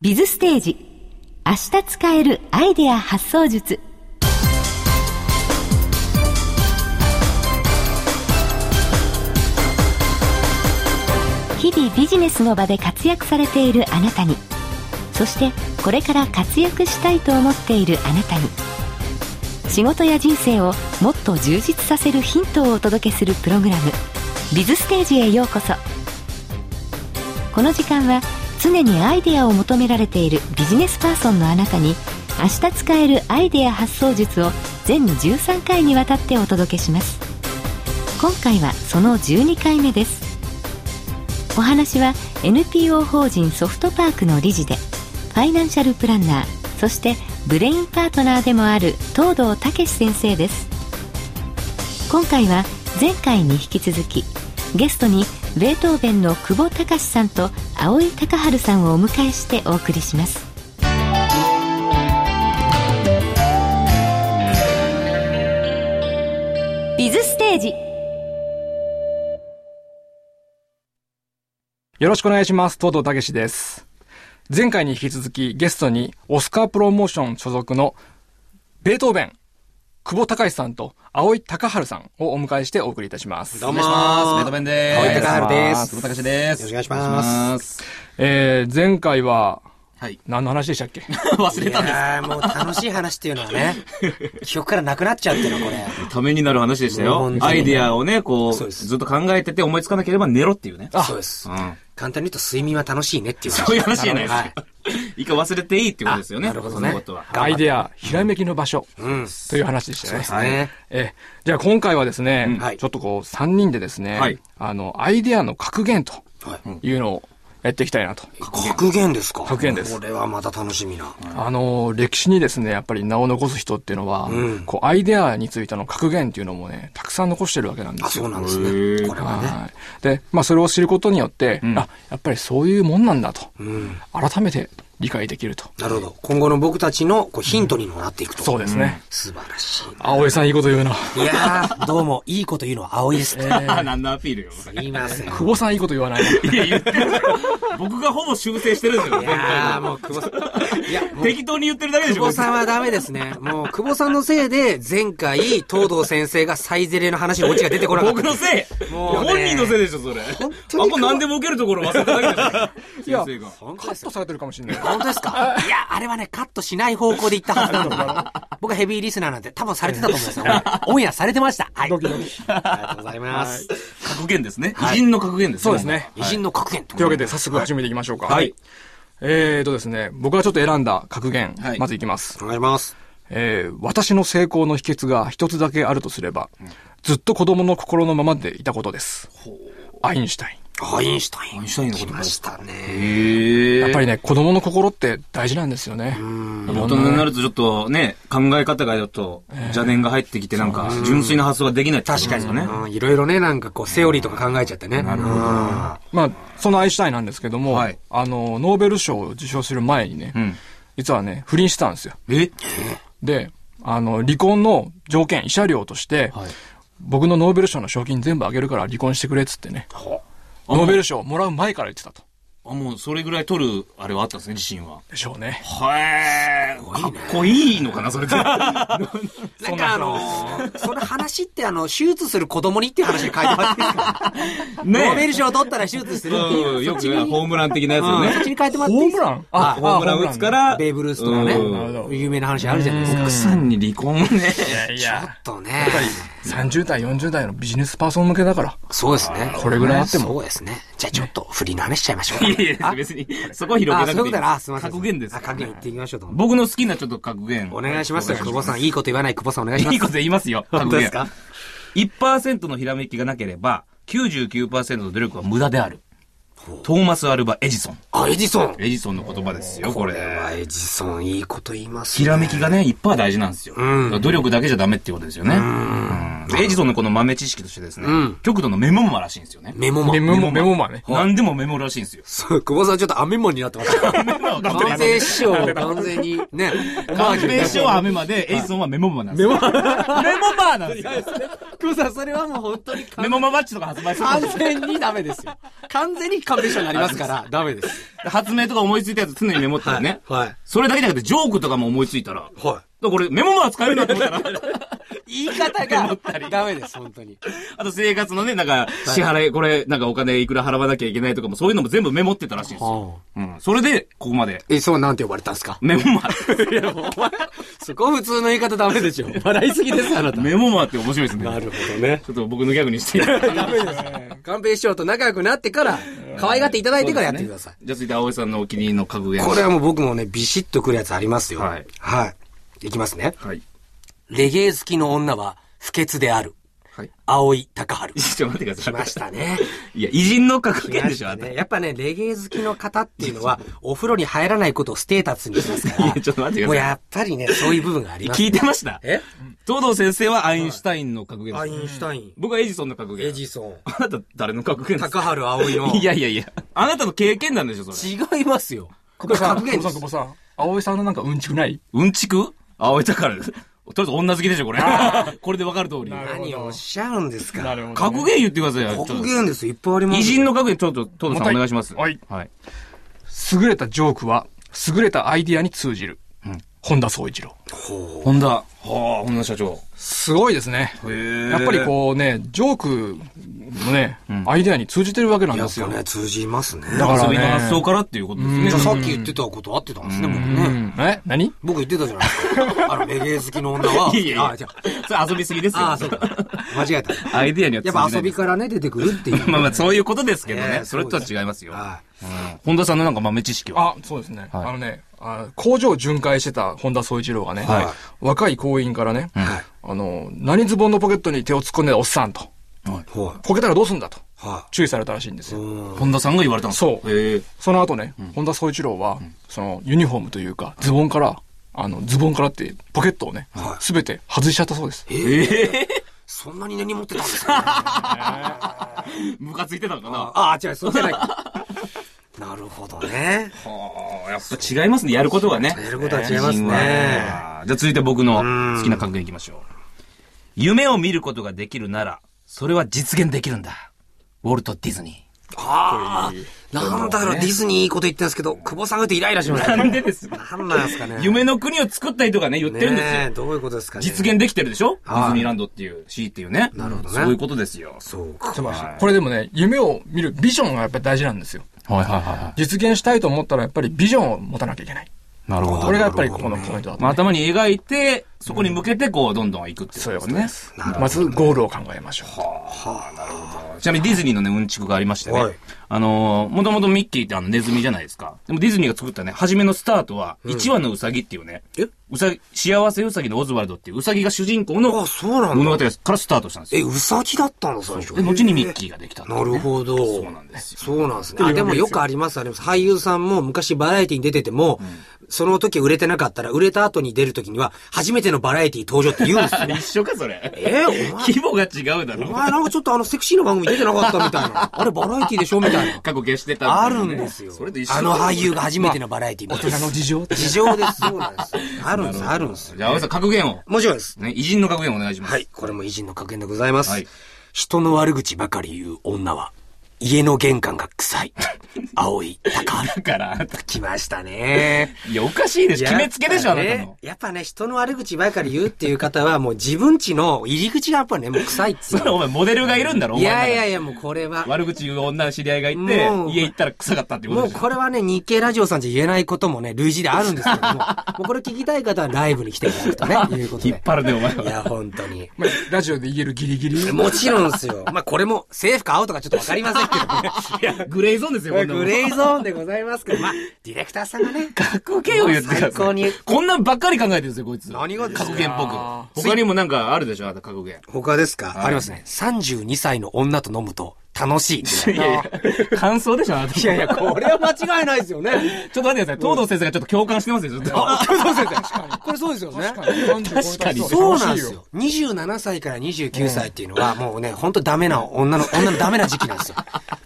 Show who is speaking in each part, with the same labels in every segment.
Speaker 1: ビズステージ明日使えるアイデア発想術日々ビジネスの場で活躍されているあなたにそしてこれから活躍したいと思っているあなたに仕事や人生をもっと充実させるヒントをお届けするプログラム「ビズステージへようこそこの時間は常にアイデアを求められているビジネスパーソンのあなたに明日使えるアイデア発想術を全13回にわたってお届けします今回はその12回目ですお話は NPO 法人ソフトパークの理事でファイナンシャルプランナーそしてブレインパートナーでもある東堂武先生です今回は前回に引き続きゲストにベートーベンの久保隆さんと青井隆治さんをお迎えしてお送りします「ビズステージ」
Speaker 2: よろしくお願いします。東堂武史です。前回に引き続きゲストにオスカープロモーション所属のベートーベン、久保隆さんと青井隆治さんをお迎えしてお送りいたします。
Speaker 3: どうもベートーベンです。
Speaker 4: 青井隆治です。
Speaker 3: 久保隆です。
Speaker 4: よろしくお願いします。
Speaker 2: えー、前回は、
Speaker 3: はい。
Speaker 2: 何の話でしたっ け
Speaker 3: 忘れたんですか
Speaker 4: もう楽しい話っていうのは ね、記憶からなくなっちゃってるこれ。
Speaker 3: ためになる話でしたよ。アイディアをね、こう、ずっと考えてて思いつかなければ寝ろっていうね。
Speaker 4: あ、そうです。うん、簡単に言うと睡眠は楽しいねっていう
Speaker 3: そういう話じゃないですか。一回忘れていいってことですよね。
Speaker 4: なるほどね。
Speaker 2: アイディア、ひらめきの場所。うん。という話でしたね。そうですね。え、じゃあ今回はですね、ちょっとこう、3人でですね、あの、アイディアの格言というのを、やっていきたいなと。
Speaker 4: 格言ですか
Speaker 2: 格言です。
Speaker 4: これはまた楽しみな。
Speaker 2: あの、歴史にですね、やっぱり名を残す人っていうのは、うん、こう、アイデアについての格言っていうのもね、たくさん残してるわけなんです
Speaker 4: よ。そうなんですね。これはね
Speaker 2: はい。で、まあ、それを知ることによって、うん、あ、やっぱりそういうもんなんだと、うん、改めて理解できると。
Speaker 4: なるほど。今後の僕たちのこうヒントにもなっていくと。
Speaker 2: そうですね。
Speaker 4: 素晴らしい。
Speaker 2: 青井さんいいこと言うな。
Speaker 4: いやー、どうも、いいこと言うのは青井ですね。
Speaker 3: 何のアピールよ。
Speaker 4: すいません。
Speaker 2: 久保さんいいこと言わない。
Speaker 3: いや、言ってる。僕がほぼ修正してるんですよ。
Speaker 4: いやー、もう久保さん。いや、
Speaker 3: 適当に言ってるだけでしょ。
Speaker 4: 久保さんはダメですね。もう、久保さんのせいで、前回、東堂先生がサイゼレの話のオチが出てこなかった。
Speaker 3: 僕のせいもう、本人のせいでしょ、それ。あ、これ何でも受けるところ忘れただけ、
Speaker 2: ですよ。先生が。カットされてるかもしれない。
Speaker 4: 本当ですかいや、あれはね、カットしない方向で行ったはずなので。僕はヘビーリスナーなんて多分されてたと思うんですよ。オンエアされてました。はい。
Speaker 2: ドキドキ。
Speaker 4: ありがとうございます。はい
Speaker 3: 格言ですね。偉人の格言です ね。
Speaker 2: そうですね。
Speaker 4: 偉人の格言
Speaker 2: というわけで、早速始めていきましょうか。
Speaker 3: はい。
Speaker 2: えーとですね、僕がちょっと選んだ格言、はい、まずいきます。
Speaker 4: お願いします。
Speaker 2: えー、私の成功の秘訣が一つだけあるとすれば、うん、ずっと子供の心のままでいたことです。アインシュタイン。
Speaker 4: アインシュタイン。
Speaker 3: アインシュタインのこと
Speaker 4: ました
Speaker 2: ね。やっぱりね、子供の心って大事なんですよね。
Speaker 3: 大人になるとちょっとね、考え方がちょっと邪念が入ってきてなんか、純粋な発想ができない
Speaker 4: 確かにね。いろいろね、なんかこう、セオリーとか考えちゃってね。
Speaker 3: なるほど。
Speaker 2: まあ、そのアインシュタインなんですけども、あの、ノーベル賞を受賞する前にね、実はね、不倫してたんですよ。
Speaker 3: え
Speaker 2: で、あの、離婚の条件、慰謝料として、僕のノーベル賞の賞金全部あげるから離婚してくれっつってね。ノーベル賞もらう前から言ってたと。
Speaker 3: あ、もうそれぐらい取る、あれはあったんですね、自信は。
Speaker 2: でしょうね。
Speaker 3: はい。かっこいいのかな、そ れって。なんか。
Speaker 4: あのその話ってあの、手術する子供にっていう話で書いてます ノーベル賞取ったら手術するっていう
Speaker 3: よくホームラン的なやつよね。
Speaker 4: そっちに書いてもらって
Speaker 2: ホームラン
Speaker 3: あ、ホームラン打つから。
Speaker 4: ベーブ・ルースとかね、有名な話あるじゃないですか。
Speaker 3: 奥さんに離婚ね。
Speaker 4: いやいや。ちょっとね。
Speaker 2: やっぱり30代、40代のビジネスパーソン向けだから。
Speaker 4: そうですね。
Speaker 2: これぐらいあっても。
Speaker 4: そうですね。じゃあちょっと不利の話しちゃいましょう
Speaker 3: いやいや、別に、そこ広げなくていい。あ、そういうこと
Speaker 4: だ。あ、すみません。
Speaker 3: 格言です。
Speaker 4: 格言言っていきましょうと。
Speaker 3: 僕の好きなちょっと格言。
Speaker 4: お願いしますよ、久保さん。いいこと言わない久保さんお願いします。
Speaker 3: いいこと言いますよ、
Speaker 4: 格言。ですか
Speaker 3: ?1% のひらめきがなければ、99%の努力は無駄である。トーマス・アルバ・エジソン。
Speaker 4: あ、エジソン
Speaker 3: エジソンの言葉ですよ、これ。これ
Speaker 4: はエジソン、いいこと言います、
Speaker 3: ひらめきがね、いっぱい大事なんですよ。うん、努力だけじゃダメっていうことですよね。エジソンのこの豆知識としてですね、極度のメモマらしいんですよね。
Speaker 4: メモマ。メ
Speaker 2: モマ、メモマね。
Speaker 3: 何でもメモらしいんですよ。
Speaker 4: そう、久保さんちょっとアメモになってます 完全師匠、完全に、ね。
Speaker 3: 完全師匠はアメマで、エジソンはメモマなんですよ。メモマなんですよ。
Speaker 4: 久保さん、それはもう本当に
Speaker 3: メモマバッジとか発売する
Speaker 4: 完全にダメですよ。完全に勘弁者になりますから、ダメです。
Speaker 3: 発明とか思いついたやつ常にメモってたらね。
Speaker 4: はい。
Speaker 3: それだけじゃなくて、ジョークとかも思いついたら。だか
Speaker 4: は
Speaker 3: らこれ、メモマは使えるなと思ったら。
Speaker 4: い。言い方が、ダメです、本当に。
Speaker 3: あと生活のね、なんか、支払い、これ、なんかお金いくら払わなきゃいけないとかも、そういうのも全部メモってたらしいんですよ。うん。それで、ここまで。
Speaker 4: え、そうなんて呼ばれたんですか
Speaker 3: メモマ。
Speaker 4: いや、お前、 そこ普通の言い方ダメでしょ。笑いすぎです、あなた。
Speaker 3: メモマって面白いですね。
Speaker 4: なるほどね。
Speaker 3: ちょっと僕のギャグにして。
Speaker 4: ダメですね。勘弁師匠と仲良くなってから、可愛がっていただいてからやってください。
Speaker 3: じゃあ続いて、葵さんのお気に入りの家具屋。
Speaker 4: これはもう僕もね、ビシッとくるやつありますよ。
Speaker 3: はい
Speaker 4: はい。いきますね。
Speaker 3: はい。
Speaker 4: レゲエ好きの女は不潔である。
Speaker 3: はい。
Speaker 4: 青井隆春。
Speaker 3: ちょっと待ってくださ
Speaker 4: 来
Speaker 3: い。
Speaker 4: ましたね。
Speaker 3: いや、偉人の格言でし
Speaker 4: 来ま
Speaker 3: ょ、あ
Speaker 4: し
Speaker 3: ん
Speaker 4: た
Speaker 3: た
Speaker 4: ねやっぱね、レゲエ好きの方っていうの は、お風呂に入らないことをステータスにしますから。
Speaker 3: いやちょっと待ってください
Speaker 4: もうやっぱりね、そういう部分があります。
Speaker 3: 聞いてました
Speaker 4: え
Speaker 3: 東堂先生はアインシュタインの格言です。
Speaker 4: アインシュタイン、
Speaker 3: 僕はエジソンの格言。
Speaker 4: エジソン、
Speaker 3: あなた誰の格言です
Speaker 4: 高
Speaker 3: か
Speaker 4: 春葵の。
Speaker 3: いやいやいや。あなたの経験談でしょ、それ。
Speaker 4: 違いますよ。こ
Speaker 2: 久
Speaker 4: れ
Speaker 2: 保さん、
Speaker 4: 格
Speaker 2: 久
Speaker 4: 言
Speaker 2: 保さん、久。
Speaker 4: です
Speaker 2: 保さん。葵さんのなんかうんちくない
Speaker 3: うんちく青い宝。とりあえず女好きでしょ、これ。 これでわかる通り。
Speaker 2: なる
Speaker 4: 何をおっしゃるんですか。
Speaker 2: ほ
Speaker 3: 格言言ってくださいよ。ちょっと
Speaker 4: 格言ですよ。いっぱいあります。
Speaker 3: 偉人の格言、ちょっと、東堂さんお願いします。
Speaker 2: はい
Speaker 3: はい。
Speaker 2: 優れたジョークは、優れたアイディアに通じる。本田総一郎。
Speaker 3: 本田。はあ、本田社長。
Speaker 2: すごいですね。やっぱりこうね、ジョークのね、アイディアに通じてるわけなんですよ。
Speaker 4: やっぱね、通じますね。
Speaker 2: だから
Speaker 3: 遊びの
Speaker 2: ね
Speaker 3: 発。想からっていうことですね。
Speaker 4: じゃあさっき言ってたこと合ってたんですね、僕
Speaker 2: う
Speaker 4: ね。
Speaker 2: ん。え何
Speaker 4: 僕言ってたじゃないですか。あの、レゲエ好きの女は。
Speaker 3: いやいやいや
Speaker 4: あ、じゃ
Speaker 3: それ遊びすぎですよ。
Speaker 4: あ、あそうか。間違えた。
Speaker 3: アイディアによって
Speaker 4: やっぱ遊びからね、出てくるっていう。
Speaker 3: まあまあ、 そういうことですけど
Speaker 4: ね
Speaker 3: ね。
Speaker 4: え
Speaker 3: それとは違いますよ。
Speaker 4: は
Speaker 3: 本田さんのなんか豆知識は。
Speaker 2: あ、そうですね。あのね、あ工場を巡回してた本田総一郎がね、
Speaker 3: はい
Speaker 2: 若い行員からね、あの、何ズボンのポケットに手を突っ込んでたおっさんと、
Speaker 4: い。はい。
Speaker 2: こけたらどうすんだと
Speaker 4: は
Speaker 2: 注意されたらしいんですよ。
Speaker 3: 本田さんが言われたんですか
Speaker 2: そう
Speaker 3: へえ。
Speaker 2: その後ね、本田総一郎は、そのユニフォームというか、ズボンから、あの、ズボンからってポケットをね
Speaker 4: は、い
Speaker 2: すべて外しちゃったそうです。
Speaker 4: い。そんなに根に持ってたんです か
Speaker 3: ムカついてたのかな
Speaker 4: ああ、違う、そうじゃない。なるほどね。
Speaker 3: はあ、やっぱ違いますね。やることはね。
Speaker 4: やることは違いますね
Speaker 3: 偉人はじゃあ続いて僕の好きな格言いきましょう。夢を見ることができるなら、それは実現できるんだ。ウォルト・ディズニ
Speaker 4: ああ、なんだろう、ディズニーいいこと言ってるんですけど、久保さんが言うとイライラしました
Speaker 3: ー。
Speaker 4: ね。
Speaker 3: なんでです
Speaker 4: な
Speaker 3: か
Speaker 4: んなんですかね。
Speaker 3: 夢の国を作ったりとかね、言ってるんですよ。
Speaker 4: ねえどういうことですかね。
Speaker 3: 実現できてるでしょデ
Speaker 4: はい
Speaker 3: ィズニーランドっていう、シーっていうね。な
Speaker 4: るほどね
Speaker 3: そういうことですよ。
Speaker 4: そうか。
Speaker 2: これでもね、夢を見るビジョンがやっぱり大事なんですよ。
Speaker 3: はいはいは
Speaker 2: 実現したいと思ったらやっぱりビジョンを持たなきゃいけない。
Speaker 3: い。なるほ
Speaker 2: これがやっぱりここのポイントだと
Speaker 3: まあ、頭に描いて、そこに向けて、こう、どんどん行くって
Speaker 2: そういう
Speaker 3: こ
Speaker 2: ことと
Speaker 3: で
Speaker 2: ですす
Speaker 3: ね。。
Speaker 2: まずゴールを考えましょう。
Speaker 3: ちなみにディズニーのね、うんちくがありましてね。
Speaker 4: はい
Speaker 3: あのー、もともとミッキーってあの、ネズミじゃないですか。でもディズニーが作ったね、初めのスタートは、1話のウサギっていうね、
Speaker 4: え
Speaker 3: うさぎ、幸せウサギのオズワルドっていうウサギが主人公の
Speaker 4: あ、そうなん
Speaker 3: 物語
Speaker 4: だ。
Speaker 3: からスタートしたんです
Speaker 4: え、
Speaker 3: よ。
Speaker 4: ウサギだったの、最初。
Speaker 3: で、後にミッキーができたってい
Speaker 4: な
Speaker 3: うね、
Speaker 4: るほど。そう
Speaker 3: なんですよ
Speaker 4: そうなんですね。あ、でもよくあります、あります。俳優さんも昔バラエティに出てても、その時売れてなかったら、売れた後に出る時には、初めてのバラエティ登場って言うんですよ。
Speaker 3: あれ一緒か、それ。
Speaker 4: えお前
Speaker 3: 規模が違うだろ
Speaker 4: お。前なんかちょっとあのセクシーな番組出てなかったみたいな。 あれバラエティでしょみたいな。
Speaker 3: 過去消してたみた
Speaker 4: あ
Speaker 3: いな
Speaker 4: る
Speaker 3: ね、
Speaker 4: んですよ
Speaker 3: それと一。緒
Speaker 4: あの俳優が初めてのバラエティみたいな。
Speaker 2: の事情って
Speaker 4: 事情です。そうなんですよ。あるんです、あるんですよ。
Speaker 3: じゃあ、青井さん、格言を。
Speaker 4: もちろんです。
Speaker 3: ね、偉人の格言をお願いします。
Speaker 4: はい。これも偉人の格言でございます。
Speaker 3: はい
Speaker 4: 人の悪口ばかり言う女は、家の玄関が臭 い。青い高
Speaker 3: だから、あなた
Speaker 4: 来ましたね。
Speaker 3: いや、おかしいでしょ。決めつけでしょ、あなたの。
Speaker 4: やっぱね、人の悪口ばかり言うっていう方は、もう自分家の入り口がやっぱね、もう臭いってい
Speaker 3: それお
Speaker 4: う。
Speaker 3: 前、モデルがいるん だろ、お
Speaker 4: い
Speaker 3: 前の
Speaker 4: や
Speaker 3: 中で。
Speaker 4: いやいや、もうこれは。
Speaker 3: 悪口言う女の知り合いがいて
Speaker 4: もう、
Speaker 3: 家行ったら臭かったっていうこ
Speaker 4: も
Speaker 3: と
Speaker 4: う
Speaker 3: でしょ。
Speaker 4: これはね、日経ラジオさんじゃ言えないこともね、類似であるんですけど も、もうこれ聞きたい方はライブに来ていただくとね、いうことで。
Speaker 3: 引っ張るね、お前
Speaker 4: いや、
Speaker 3: は。
Speaker 4: 本当に。
Speaker 2: まあラジオで言えるギリギリ。
Speaker 4: もちろんですよ。まあ、これも、政府か青とかちょっとわかりませんけど ね。
Speaker 3: グレーゾーンですよ、こんなもん
Speaker 4: グレーゾーンでございますけど、まあ、ディレクターさんがね、
Speaker 3: 格言を言ってください。
Speaker 4: 最高に
Speaker 3: こんなんばっかり考えてるんですよ、こいつ。
Speaker 4: 何がですか
Speaker 3: 格言っぽく。他にもなんかあるでしょ、あなた格言。
Speaker 4: 他ですかありますね。32歳の女と飲むと、楽しい。
Speaker 3: いやいや、感想でしょ、あなた
Speaker 4: いやいや、これは間違いないですよね。
Speaker 3: ちょっと待ってください。東堂先生がちょっと共感してますよ、ちょっと。
Speaker 4: そうですよね。これそうですよね。
Speaker 2: 確
Speaker 3: かに
Speaker 4: そうなんです よ。。27歳から29歳っていうのは、もうね、ほ んとダメな、女の、女のダメな時期なん ですよ。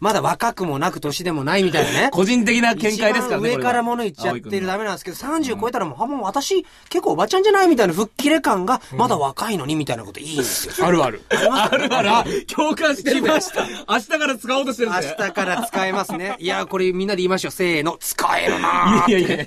Speaker 4: まだ若くもなく、年でもないみたいなね。
Speaker 3: 個人的な見解ですからね。
Speaker 4: 一番上から物言っちゃってるダメなんですけど、30超えたらもう、あ、もう私、結構おばちゃんじゃないみたいな、吹っ切れ感が、まだ若いのにみたいなこといいんですよ。
Speaker 2: あるある。
Speaker 3: あるある。共感してました。明日から使おうとしてるん
Speaker 4: 明
Speaker 3: です
Speaker 4: 日
Speaker 3: ね
Speaker 4: から使えます ね。いや、これみんなで言いましょう。せーの、使えるなー
Speaker 3: いやいやいや。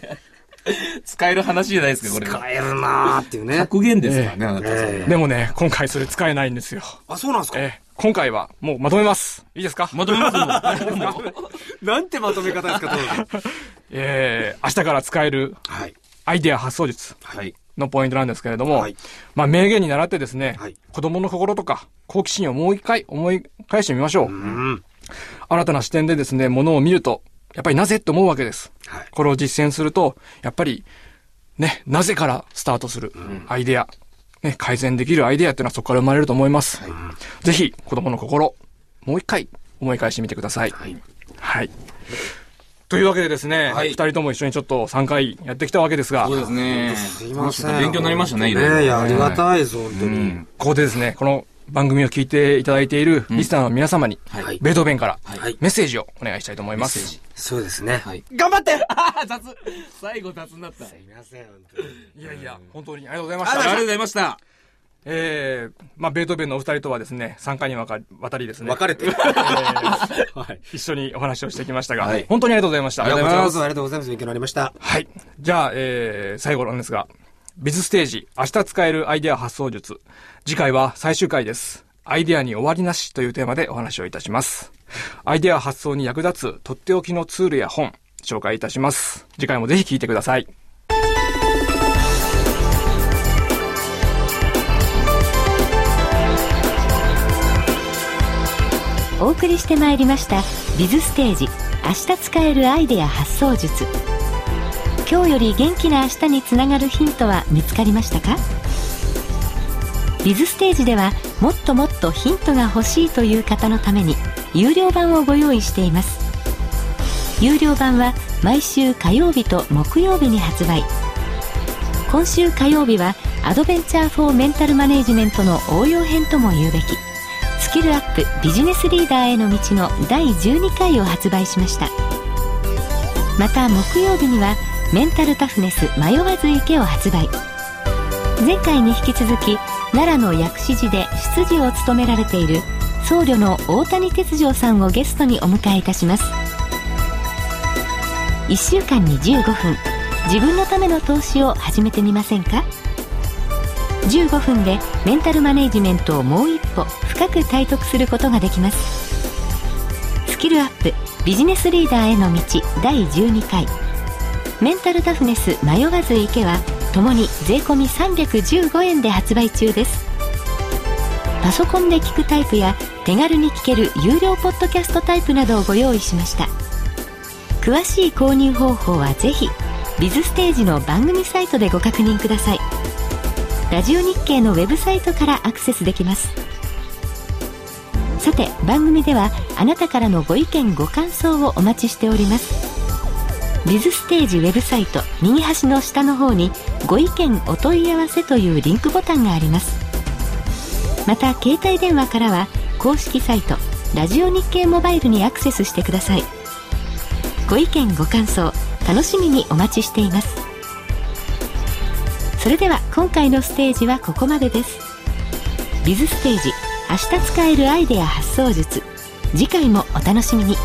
Speaker 3: 使える話じゃないです か、これは。
Speaker 4: 使えるなーっていうね。
Speaker 3: 格言ですからね、あなた。
Speaker 2: でもね、今回それ使えないんですよ。
Speaker 4: あ、そうなんですか
Speaker 2: ええ今回はもうまとめます。いいですか
Speaker 3: まとめますよもう
Speaker 4: なんてまとめ方ですか、どうぞ
Speaker 2: ええ明日から使える
Speaker 4: はい。
Speaker 2: アイデア発想術
Speaker 3: はい。
Speaker 2: のポイントなんですけれども、
Speaker 4: はい
Speaker 2: まあ名言に習ってですね、
Speaker 4: はい
Speaker 2: 子供の心とか好奇心をもう一回思い返してみましょう。
Speaker 4: うん。
Speaker 2: 新たな視点でですね、ものを見ると、やっぱりなぜって思うわけです。
Speaker 4: はい
Speaker 2: これを実践すると、やっぱり、ね、なぜからスタートするアイデア、ね、改善できるアイデアっていうのはそこから生まれると思います。ぜひ、子供の心、もう一回思い返してみてください。はい。というわけでですね、二、
Speaker 3: はい
Speaker 2: 人とも一緒にちょっと3回やってきたわけですが、
Speaker 3: そうですね。
Speaker 4: すいません。
Speaker 3: 勉強になりましたね、いろいろ。
Speaker 4: ねいや、ありがたいです、本当
Speaker 3: う
Speaker 4: に。
Speaker 3: ん。
Speaker 2: ここでですね、この番組を聞いていただいているリスナーの皆様に、
Speaker 4: はい
Speaker 2: ベートーベンから
Speaker 4: はい
Speaker 2: メッセージをお願いしたいと思います。
Speaker 4: そうですね。
Speaker 3: い
Speaker 4: 頑張って
Speaker 3: ああ、雑最後雑になった。あ
Speaker 4: すいません、本当
Speaker 2: い
Speaker 4: に。
Speaker 2: やいや、本当にありがとうございまし
Speaker 3: り
Speaker 2: た
Speaker 3: がと。うございました。
Speaker 2: ええまあ、ベートーベンのお二人とはですね、3回にわかわたりですね。
Speaker 4: 別れてる。
Speaker 2: 一緒にお話をしてきましたが、
Speaker 3: はい
Speaker 2: 本当にありがとうございました。
Speaker 3: ありがとうございます
Speaker 4: ありがとうございます。勉強になりました。
Speaker 2: はい。じゃあ、えー、最後なんですが、ビズステージ、明日使えるアイデア発想術。次回は最終回です。アイデアに終わりなしというテーマでお話をいたします。アイデア発想に役立つとっておきのツールや本、紹介いたします。次回もぜひ聞いてください。
Speaker 1: お送りしてまいりました「ビズステージ明日使えるアイデア発想術」今日より元気な明日につながるヒントは見つかりましたかビズステージではもっともっとヒントが欲しいという方のために有料版をご用意しています有料版は毎週火曜日と木曜日に発売今週火曜日はアドベンチャー・フォー・メンタル・マネージメントの応用編とも言うべきスキルアップビジネスリーダーへの道の第12回を発売しましたまた木曜日にはメンタルタフネス迷わず池を発売前回に引き続き奈良の薬師寺で執事を務められている僧侶の大谷哲丈さんをゲストにお迎えいたします1週間に15分自分のための投資を始めてみませんか15分でメンタルマネージメントをもう一歩深く体得することができますスキルアップビジネスリーダーへの道第12回メンタルタフネス迷わず池はともに税込み315円で発売中ですパソコンで聞くタイプや手軽に聞ける有料ポッドキャストタイプなどをご用意しました詳しい購入方法はぜひビズステージの番組サイトでご確認くださいラジオ日経のウェブサイトからアクセスできますさて番組ではあなたからのご意見ご感想をお待ちしておりますビズステージウェブサイト右端の下の方に「ご意見お問い合わせ」というリンクボタンがありますまた携帯電話からは公式サイト「ラジオ日経モバイル」にアクセスしてくださいご意見ご感想楽しみにお待ちしていますそれでは今回のステージはここまでですビズステージ明日使えるアイデア発想術次回もお楽しみに